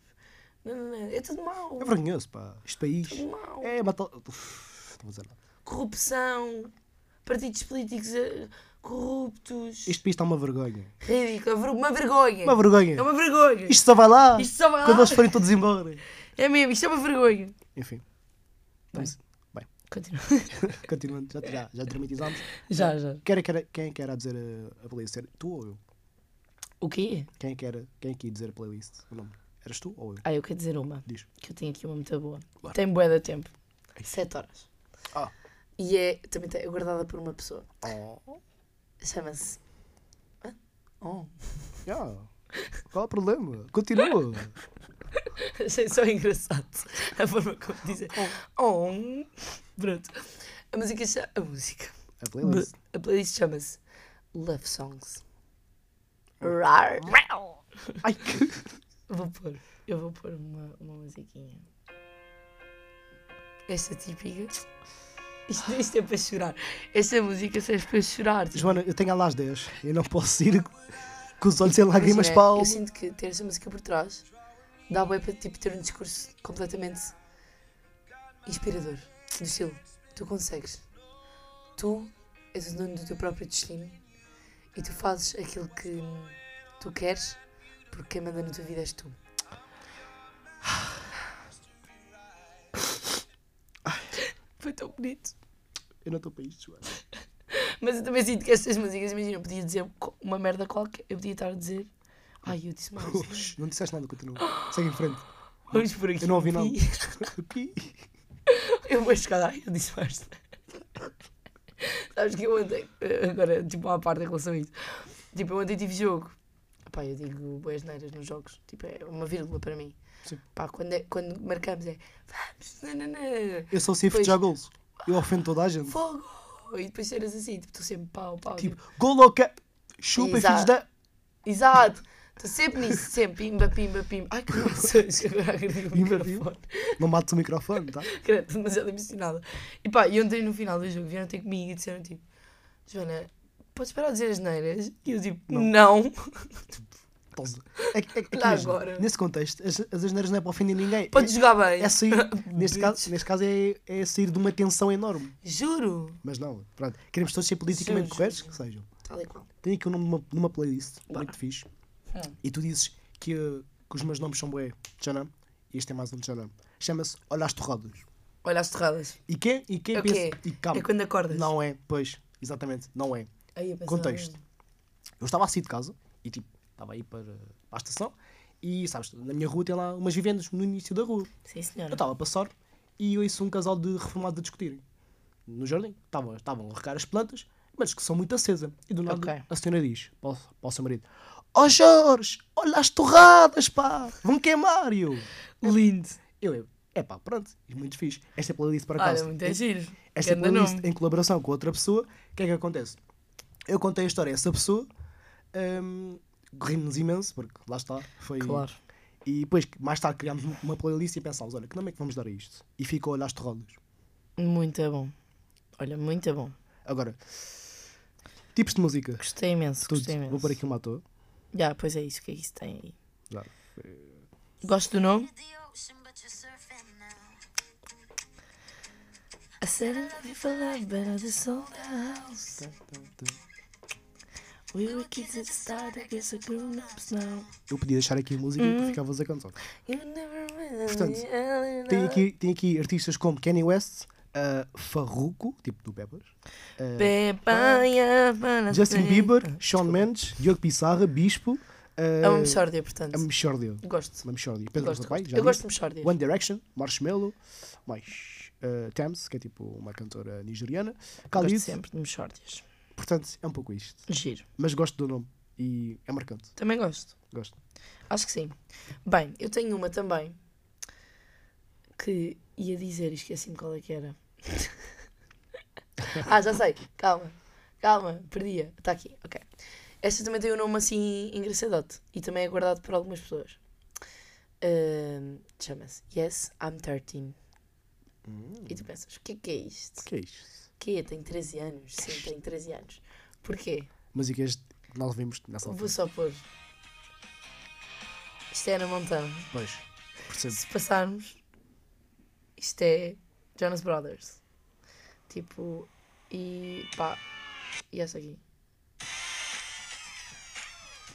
S3: Não, não, não. É tudo mau.
S2: É vergonhoso, pá. Este país
S3: tudo mau.
S2: é matar. Uf, Não vou dizer nada.
S3: Corrupção. partidos políticos eh, corruptos.
S2: Este país está uma vergonha.
S3: Ridículo, é ver- uma vergonha.
S2: Uma vergonha.
S3: É uma vergonha.
S2: Isto só vai lá
S3: Isto só vai lá.
S2: quando eles forem todos embora.
S3: É mesmo, isto é uma vergonha.
S2: Enfim, Então,
S3: Continua.
S2: [LAUGHS] continuando, já, já, já dramatizámos.
S3: [LAUGHS] já, já.
S2: Quem, quer, quem quer a dizer eh, a, a playlist? Era Tu ou eu?
S3: O quê?
S2: Quem quer quem aqui dizer a playlist? O nome? Eras tu ou eu?
S3: Ah, eu quero dizer uma.
S2: Diz.
S3: Que eu tenho aqui uma muito boa.
S2: Claro.
S3: Tem bué de tempo. 7 horas.
S2: Ah.
S3: E é, também é guardada por uma pessoa.
S2: Oh.
S3: Chama-se... Hã? Oh.
S2: Yeah. Qual é o problema? Continua.
S3: [LAUGHS] Achei só engraçado [LAUGHS] a forma como dizem. Oh. Pronto. A música cha- A música.
S2: A playlist.
S3: A playlist chama-se Love Songs.
S2: Oh.
S3: Rar.
S2: Ai, [LAUGHS] que...
S3: Vou pôr. Eu vou pôr uma, uma musiquinha. Esta típica. Isto, isto é para chorar. Esta música serve para chorar. tipo,
S2: Joana, eu tenho a lá às 10. Eu não posso ir com os olhos em lágrimas
S3: imagina,
S2: para a aula.
S3: é, Eu sinto que ter esta música por trás dá bem para tipo, ter um discurso completamente inspirador. Do estilo, tu consegues. Tu és o dono do teu próprio destino e tu fazes aquilo que tu queres porque quem manda na tua vida és tu. Foi tão bonito. é-
S2: Eu não estou para isto, Joana.
S3: Mas eu também sinto que estas músicas, imagina, eu podia dizer co- uma merda qualquer, eu podia estar a dizer. Ai, eu disse mais.
S2: Shhh, Não disseste nada, continua. Segue em
S3: [LAUGHS]
S2: frente.
S3: Vamos por aqui.
S2: Eu não ouvi nada.
S3: Pi.
S2: Pi.
S3: [LAUGHS] Eu vou chegar lá, eu disse mais. [LAUGHS] Sabes que eu ontem, eh, agora, tipo, uma parte em relação a isso. Tipo, eu ontem tive jogo. Pá, eu digo boas neiras nos jogos. Tipo, é uma vírgula para mim.
S2: Sim.
S3: Pá, quando, é- quando marcamos é. Vamos, nananã,
S2: Eu sou o Cifre
S3: Pois.
S2: de já golos. Eu ofendo toda a gente.
S3: fogo! E depois cenas assim, tipo, estou sempre pau, pau.
S2: Tipo, gol ou ca- Chupa,
S3: Exato.
S2: filhos da.
S3: Exato! Estou sempre nisso, sempre. Pimba,
S2: [LAUGHS]
S3: pimba, pimba. Ai, [LAUGHS] que maçãs que agora agredi o
S2: Pimba,
S3: microfone.
S2: Não mates o microfone, tá?
S3: [LAUGHS] Credo, demasiado emocionada. E pá, e ontem no final do jogo vieram ter comigo e disseram tipo, Joana, podes parar de dizer as neiras? E eu tipo, não.
S2: Pausa. É, que- é, que- é que
S3: Lá
S2: imagina,
S3: agora.
S2: Nesse contexto, as, as asneiras não é para ofender ninguém.
S3: Podes jogar [LAUGHS]
S2: É,
S3: bem.
S2: é sair. neste, caso, neste caso é, é sair de uma tensão enorme.
S3: Juro.
S2: Mas não, pronto. Queremos todos ser politicamente
S3: Sim, sim,
S2: corretos?
S3: sim.
S2: Que sejam.
S3: Tal e qual.
S2: Tenho aqui o nome de uma, de uma playlist
S3: Bora.
S2: muito fixe.
S3: Hum.
S2: E tu dizes que, uh, que os meus nomes são bué de Janam. E este é mais um de Janam. Chama-se Olhas Torradas.
S3: Olha as torradas.
S2: E quem, e quem
S3: É o quê?
S2: pensa. E calma.
S3: É quando acordas.
S2: Não é, pois, exatamente, não é.
S3: Aí eu pensava,
S2: Contexto. Eu estava a sair de casa e tipo, estava aí para, para a estação e sabes, na minha rua tem lá umas vivendas no início da rua.
S3: Sim,
S2: Eu
S3: senhora.
S2: estava a passar e eu ouço um casal de reformados a discutirem no jardim. Estavam, estavam a regar as plantas, mas que são muito acesa. E do nada
S3: Ok.
S2: a senhora diz para o, para o seu marido: Ó Jorge, olha as torradas, pá, vão queimar. E eu,
S3: Lindo.
S2: eu, é pá, pronto, e muito fixe. Esta playlist para
S3: Olha,
S2: casa.
S3: muito é giro.
S2: Esta
S3: Ganda
S2: playlist é
S3: nome.
S2: em colaboração com outra pessoa, o que é que acontece? Eu contei a história a essa pessoa, hum, rimos imenso, porque lá está, foi.
S3: Claro.
S2: E depois, mais tarde, criámos uma playlist e pensámos: olha, que nome é que vamos dar a isto? E ficou Olhar as Torradas.
S3: Muito é bom. Olha, muito é bom.
S2: Agora, tipos de música.
S3: Gostei imenso,
S2: Tudo.
S3: gostei imenso.
S2: Vou pôr aqui uma à toa.
S3: Já, pois é isso, o que é que isso tem aí?
S2: Já.
S3: Gosto do nome? I said I love you for life, but I just sold the house. Então. We were kids at the start, I guess we're grown ups now.
S2: Eu podia deixar aqui a música
S3: Hum.
S2: e ficavas a cantar.
S3: You never really
S2: Portanto,
S3: really
S2: Tem
S3: know.
S2: aqui, tem aqui artistas como Kanye West, ah, Farruko, tipo do Peppers,
S3: Pepanha, pana,
S2: Justin
S3: sim.
S2: Bieber, Shawn Mendes, Diogo Pissarra, Bispo.
S3: Ah, É uma
S2: ah,
S3: mexórdia, portanto.
S2: A Mexórdia.
S3: Gosto.
S2: Uma Mexórdia. Pedro
S3: Gosto,
S2: Sampaio,
S3: gosto.
S2: é um já
S3: Eu
S2: disse.
S3: gosto de mexórdias.
S2: One Direction, Marshmello, mais uh, Thames, que é tipo uma cantora nigeriana.
S3: Gosto
S2: Khalid.
S3: sempre de mexórdias.
S2: Portanto, é um pouco isto.
S3: Giro.
S2: Mas gosto do nome. E é marcante.
S3: Também gosto.
S2: Gosto.
S3: Acho que sim. Bem, eu tenho uma também que ia dizer e esqueci-me qual é que era. [LAUGHS] ah, já sei. Calma. Calma. Perdia. Está aqui. Ok. Esta também tem um nome assim engraçadote e também é guardado por algumas pessoas. Ahm, Chama-se Yes, I'm 13. E tu pensas, o que é que é isto?
S2: O que é isto?
S3: O que é? Tenho 13 anos. Sim, tenho 13 anos. Porquê?
S2: Músicas que nós vimos nessa
S3: Vou
S2: altura.
S3: só pôr. Isto é na Montana.
S2: Pois. Percebo.
S3: se passarmos, isto é Jonas Brothers. Tipo, E pá, e essa aqui.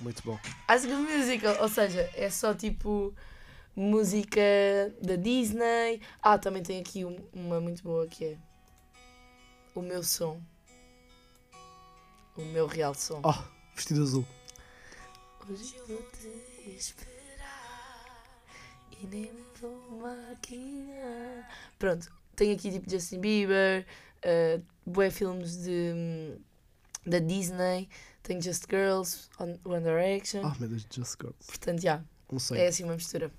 S2: Muito bom.
S3: High School Musical, ou seja, é só tipo música da Disney. Ah, também tem aqui um- uma muito boa que é O Meu Som. O Meu Real Som.
S2: Oh, vestido azul.
S3: Hoje eu vou te esperar e nem me vou maquinar. Pronto, tem aqui tipo Justin Bieber, uh, bué filmes de, hum, da Disney, tem Just Girls, on- One Direction.
S2: Oh, meu Deus, Just Girls.
S3: Portanto, já,
S2: Não sei.
S3: é assim uma mistura.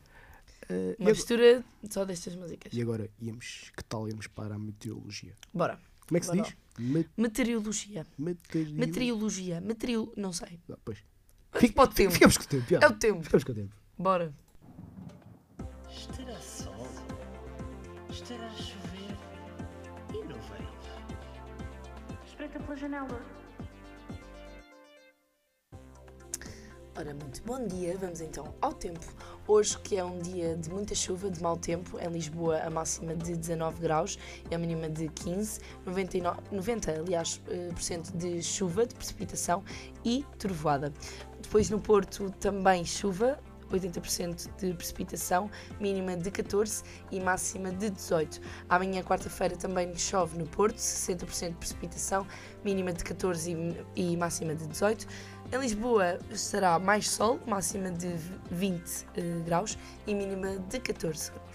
S2: Eh, e,
S3: Uma
S2: agora,
S3: mistura só destas músicas.
S2: e agora íamos, que tal íamos para a meteorologia?
S3: Bora.
S2: Como é que se
S3: Bora
S2: diz? Me-
S3: Meteorologia.
S2: meteoril-
S3: Meteorologia. Meteoril. Não sei.
S2: Ah, pois.
S3: Vamos para o tempo.
S2: Ficamos com o tempo, já.
S3: É o tempo.
S2: Ficamos com o tempo.
S3: Bora.
S5: Estará sol, estará a chover e não vem.
S6: Espreita pela janela.
S3: Ora, muito bom dia, vamos então ao tempo. Hoje, que é um dia de muita chuva, de mau tempo, em Lisboa a máxima de 19 graus e a mínima de 15, 99, 90, aliás, eh, por cento de chuva, de precipitação e trovoada. Depois no Porto também chuva, 80% de precipitação, mínima de 14 e máxima de 18. Amanhã, quarta-feira, também chove no Porto, 60% de precipitação, mínima de 14 e, e máxima de 18. Em Lisboa será mais sol, máxima de 20 eh, graus e mínima de 14 graus.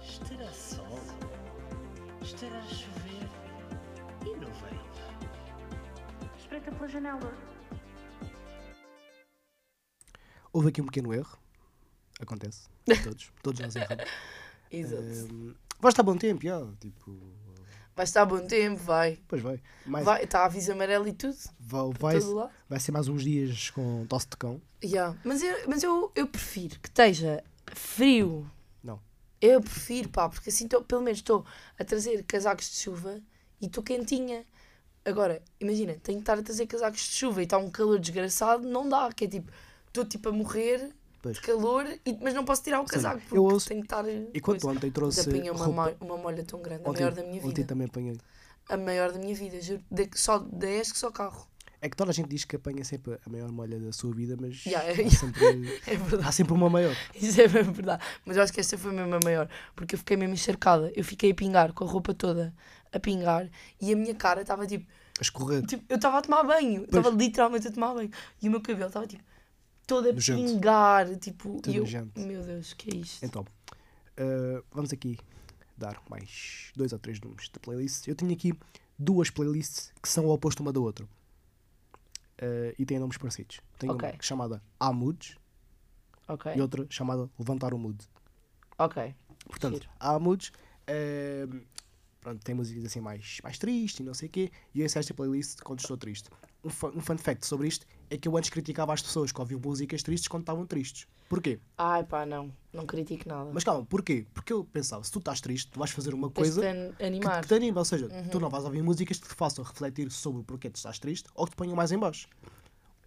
S5: Estará sol, estará a chover e não vem.
S6: Espreita pela janela.
S2: Houve aqui um pequeno erro. Acontece. a
S3: [LAUGHS]
S2: Todos. Todos nós erramos.
S3: Exato.
S2: Ehm, vai estar bom tempo, já. Tipo,
S3: Vai estar bom tempo, vai.
S2: pois vai. Mais, vai,
S3: Vai, está aviso amarelo e tudo,
S2: vai,
S3: todo lado.
S2: vai ser mais uns dias com tosse de cão.
S3: Ya, Mas, eu, mas eu, eu prefiro que esteja frio.
S2: Não.
S3: Eu prefiro, pá, porque assim tô- pelo menos estou a trazer casacos de chuva e estou quentinha. Agora, imagina, tenho que estar a trazer casacos de chuva e está um calor desgraçado, não dá, que é tipo, estou tipo a morrer
S2: Pois.
S3: de calor, e- mas não posso tirar o
S2: seja,
S3: casaco porque
S2: eu ouço-
S3: tenho que estar.
S2: E quanto ontem
S3: Mas
S2: trouxe
S3: apanhei uma,
S2: eh, roupa.
S3: mo- uma molha tão grande,
S2: Ontem,
S3: a maior da minha
S2: ontem
S3: vida.
S2: também apanhei.
S3: A maior da minha vida, juro. De, só da ESC, só carro. [LAUGHS]
S2: É que toda a gente diz que apanha sempre a maior molha da sua vida, mas
S3: Ya, é-
S2: há, sempre, [LAUGHS]
S3: É verdade.
S2: há sempre uma maior.
S3: Isso é mesmo verdade. Mas eu acho que esta foi mesmo a maior. Porque eu fiquei mesmo encharcada. Eu fiquei a pingar com a roupa toda a pingar e a minha cara estava tipo,
S2: A escorrer.
S3: tipo, Eu estava a tomar banho. Estava literalmente a tomar banho. E o meu cabelo estava tipo. Todo a
S2: Nojento.
S3: pingar. Tipo.
S2: Tudo
S3: e eu,
S2: nojento.
S3: meu Deus, que é isto?
S2: Então, eh, vamos aqui dar mais dois ou três nomes de playlists. Eu tenho aqui duas playlists que são o oposto uma da outra. Eh, e têm nomes parecidos. Tenho
S3: Ok.
S2: uma chamada Há Moods
S3: ok.
S2: e outra chamada Levantar o Mood.
S3: Ok.
S2: Portanto,
S3: Giro.
S2: há moods. eh, pronto, tem músicas assim mais, mais tristes e não sei o quê. E eu acesso esta playlist quando estou triste. Um, fun- um fun fact sobre isto é que eu antes criticava as pessoas que ouviam músicas tristes quando estavam tristes. Porquê?
S3: Ai pá, não. Não critico nada.
S2: Mas calma, porquê? Porque eu pensava, se tu estás triste, tu vais fazer uma
S3: Tens
S2: coisa
S3: de te an-
S2: que,
S3: animar. Uhum.
S2: que te anima. Ou seja, tu não vais ouvir músicas que te façam refletir sobre o porquê tu estás triste ou que te ponham mais em baixo.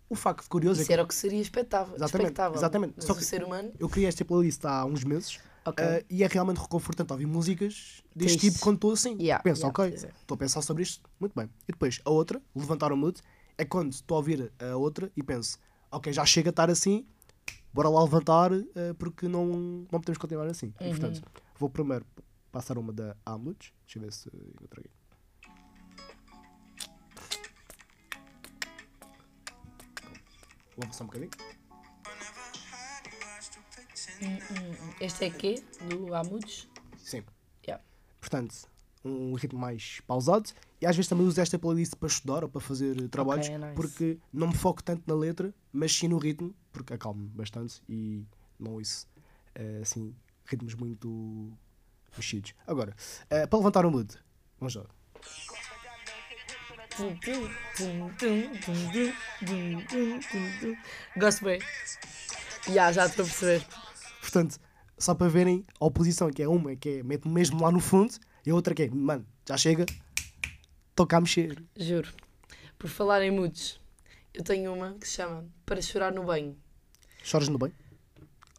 S2: O facto curioso é
S3: Isso
S2: que
S3: era o que seria expectável.
S2: Exatamente,
S3: expectável.
S2: exatamente.
S3: Mas
S2: Só
S3: o
S2: que-
S3: ser humano.
S2: eu criei esta playlist há uns meses
S3: Ok.
S2: eh, e é realmente reconfortante ouvir músicas deste
S3: Triste.
S2: tipo quando estou assim.
S3: Yeah,
S2: Penso,
S3: yeah,
S2: ok,
S3: pois é.
S2: estou a pensar sobre isto, muito bem. E depois a outra, levantar o mood, é quando estou a ouvir a outra e penso, ok, já chega a estar assim, bora lá levantar eh, porque não, não podemos continuar assim. E,
S3: Uhum.
S2: portanto, vou primeiro passar uma da Amlutz, deixa eu ver se encontro aqui. Vou avançar um bocadinho.
S3: Este é quê? Do Amudos?
S2: Sim.
S3: Yeah.
S2: Portanto, um ritmo mais pausado. E às vezes também uso esta playlist para estudar ou para fazer eh, trabalhos,
S3: é nice.
S2: porque não me foco tanto na letra, mas sim no ritmo, porque acalmo-me bastante e não isso assim, ritmos muito mexidos. Agora, eh, para levantar o mood, vamos lá.
S3: Tum, tum, tum, tum, tum, tum, tum, tum, tum, tum. Gosto bem. Já, já estou a perceber.
S2: Portanto, só para verem a oposição, que é uma que é mete-me mesmo lá no fundo, e a outra que é, mano, já chega, toca a mexer.
S3: Juro. Por falar em moods, eu tenho uma que se chama Para Chorar no Banho.
S2: Choras no bem?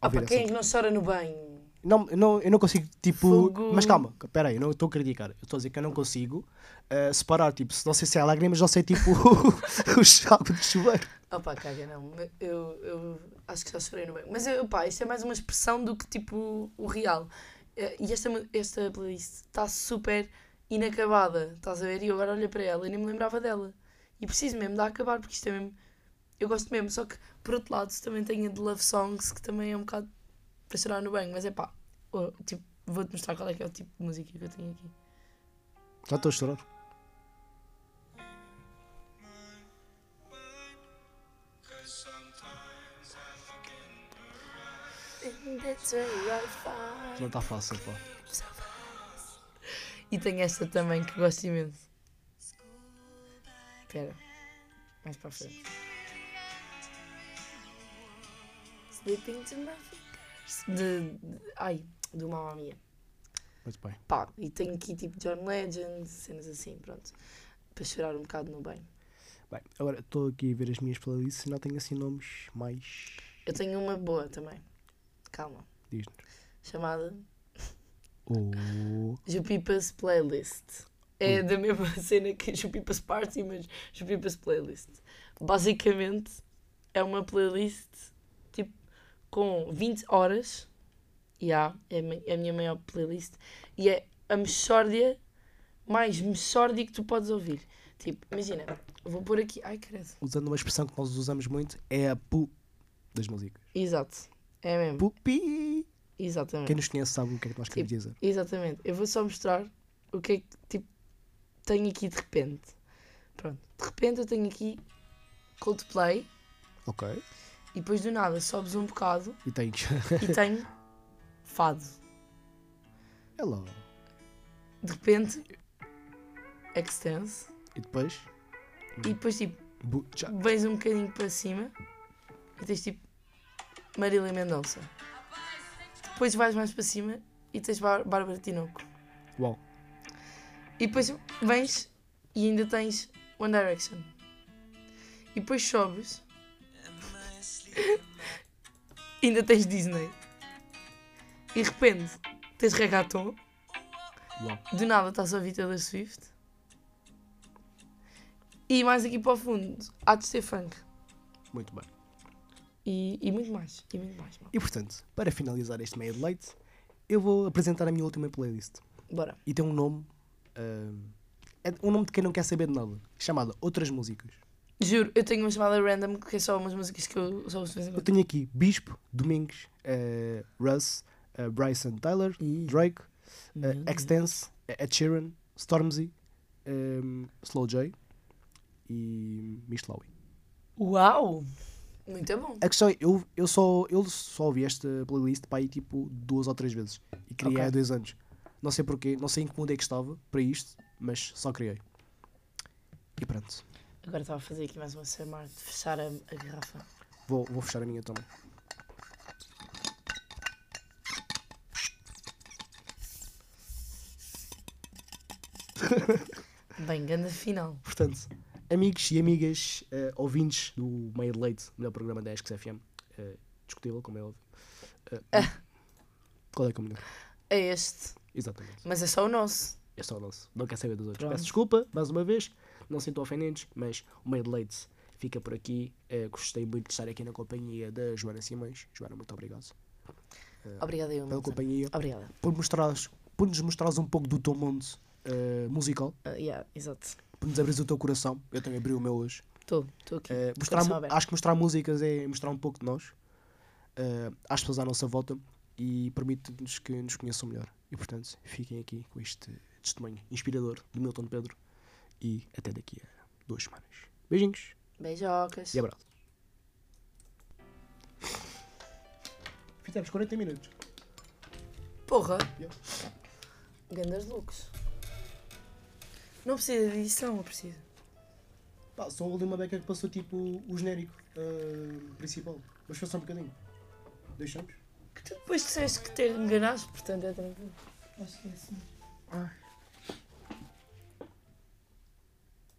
S3: Ah,
S2: ouvir
S3: pá,
S2: essa.
S3: quem é que não chora no banho?
S2: Não, eu não, eu não consigo, tipo.
S3: Fogo.
S2: Mas calma, espera aí, eu não estou a criticar. Eu estou a dizer que eu não consigo eh, separar, tipo, se não sei se é lágrimas, não sei, tipo, [LAUGHS] o chave de chuveiro.
S3: Ah, pá, caga, não. Eu, eu acho que já chorei no banho. Mas, eu, pá, isto é mais uma expressão do que tipo o real. Eh, E esta, mu- esta playlist está super inacabada, estás a ver? E eu agora olho para ela e nem me lembrava dela. E preciso mesmo de a acabar, porque isto é mesmo. Eu gosto mesmo, só que por outro lado também tenho a de Love Songs, que também é um bocado para chorar no banho, mas é pá, oh, tipo, vou-te mostrar qual é que é o tipo de música que eu tenho aqui.
S2: Já estou a chorar. Não está fácil, pá.
S3: E tenho esta também que gosto imenso. Espera. Mais para a frente. Sleeping to my fingers. De, de- ai, do Mamma Mia.
S2: Muito bem.
S3: Pá, e tenho aqui tipo John Legend, cenas assim, pronto. Para chorar um bocado no banho.
S2: Bem, agora estou aqui a ver as minhas playlists e não tenho assim nomes mais.
S3: Eu tenho uma boa também. Calma.
S2: Diz-nos.
S3: Chamada
S2: Oh.
S3: Jupipas Playlist. É da mesma [LAUGHS] cena que Jupipas Party, mas Jupipas Playlist. Basicamente, é uma playlist tipo com 20 horas. E há, é a mi- é a minha maior playlist. E é a mexórdia mais mexórdia que tu podes ouvir. Tipo, imagina, eu vou pôr aqui. Ai, credo.
S2: Usando uma expressão que nós usamos muito, é a pu das músicas.
S3: Exato. É mesmo.
S2: Pupi!
S3: Exatamente.
S2: Quem nos conhece sabe o que é que nós queremos dizer.
S3: Exatamente. Eu vou só mostrar o que é que tipo, tenho aqui de repente. Pronto. De repente eu tenho aqui Coldplay
S2: Ok.
S3: e depois do nada sobes um bocado
S2: E tens. [LAUGHS]
S3: e tenho fado.
S2: Hello.
S3: De repente extense
S2: E depois.
S3: e depois tipo
S2: Bu já.
S3: vens um bocadinho para cima e tens tipo Marília Mendonça. Depois vais mais para cima e tens Bár- Bárbara Tinoco.
S2: Uau.
S3: E depois vens e ainda tens One Direction. E depois sobes. [LAUGHS] e ainda tens Disney. E de repente tens reggaeton.
S2: Uau.
S3: Do nada estás a ouvir Taylor Swift. E mais aqui para o fundo, há de ser funk.
S2: Muito bem.
S3: E, e muito mais. E muito mais. mal.
S2: E portanto, para finalizar este meio de leite, eu vou apresentar a minha última playlist.
S3: Bora.
S2: E tem um nome. ahm, é um nome de quem não quer saber de nada. Chamada Outras Músicas.
S3: Juro, eu tenho uma chamada random que é só umas músicas que eu só ouço de vez em
S2: Eu
S3: quando.
S2: tenho aqui Bispo, Domingos, eh, Russ, eh, Bryson Tyler, Drake, eh, Extense, eh, Ed Sheeran, Stormzy, ehm, Slow J e Miss Lowy.
S3: Uau! Muito bom.
S2: A questão é, eu, eu, só, eu só ouvi esta playlist para aí tipo duas ou três vezes. E criei
S3: Ok.
S2: há dois anos. Não sei porquê, não sei em que mundo é que estava para isto, mas só criei. E pronto,
S3: Agora estava a fazer aqui mais uma chamar de fechar a, a garrafa.
S2: vou, vou fechar a minha também.
S3: Bem, ganda final.
S2: Portanto, amigos e amigas, eh, ouvintes do Meio de Leite, melhor programa da ESCS FM, eh, discutível, como é óbvio. Eh, Qual é que é o melhor?
S3: É este.
S2: Exatamente.
S3: Mas é só o nosso.
S2: É só o nosso. Não quer saber dos outros.
S3: Pronto.
S2: Peço desculpa, mais uma vez. Não sinto ofendentes, mas o Meio de Leite fica por aqui. Eh, gostei muito de estar aqui na companhia da Joana Simões. Joana, muito obrigado É.
S3: Obrigada, eu.
S2: pela
S3: Milton.
S2: companhia,
S3: Obrigada.
S2: por, mostrares, por nos mostrares um pouco do teu mundo eh, musical,
S3: Ah, yeah, exato.
S2: por nos abrires o teu coração. Eu também abri o meu hoje.
S3: Estou, estou aqui.
S2: Eh,
S3: de
S2: mostrar,
S3: coração
S2: mu-
S3: aberto.
S2: acho que mostrar músicas é mostrar um pouco de nós eh, às pessoas à nossa volta e permite-nos que nos conheçam melhor. E portanto, fiquem aqui com este testemunho inspirador de Milton Pedro e até daqui a duas semanas. Beijinhos
S3: Beijocas.
S2: É. e abraço. [LAUGHS] Fizemos 40 minutos.
S3: Porra.
S2: Yeah.
S3: Gandas loucos. Não precisa de edição, eu preciso.
S2: Pá, só ali uma beca que passou tipo o genérico eh, principal. Mas foi só um bocadinho. Deixamos?
S3: Que tu depois disseste que te enganaste, portanto é tranquilo. Acho que é assim.
S2: Ai.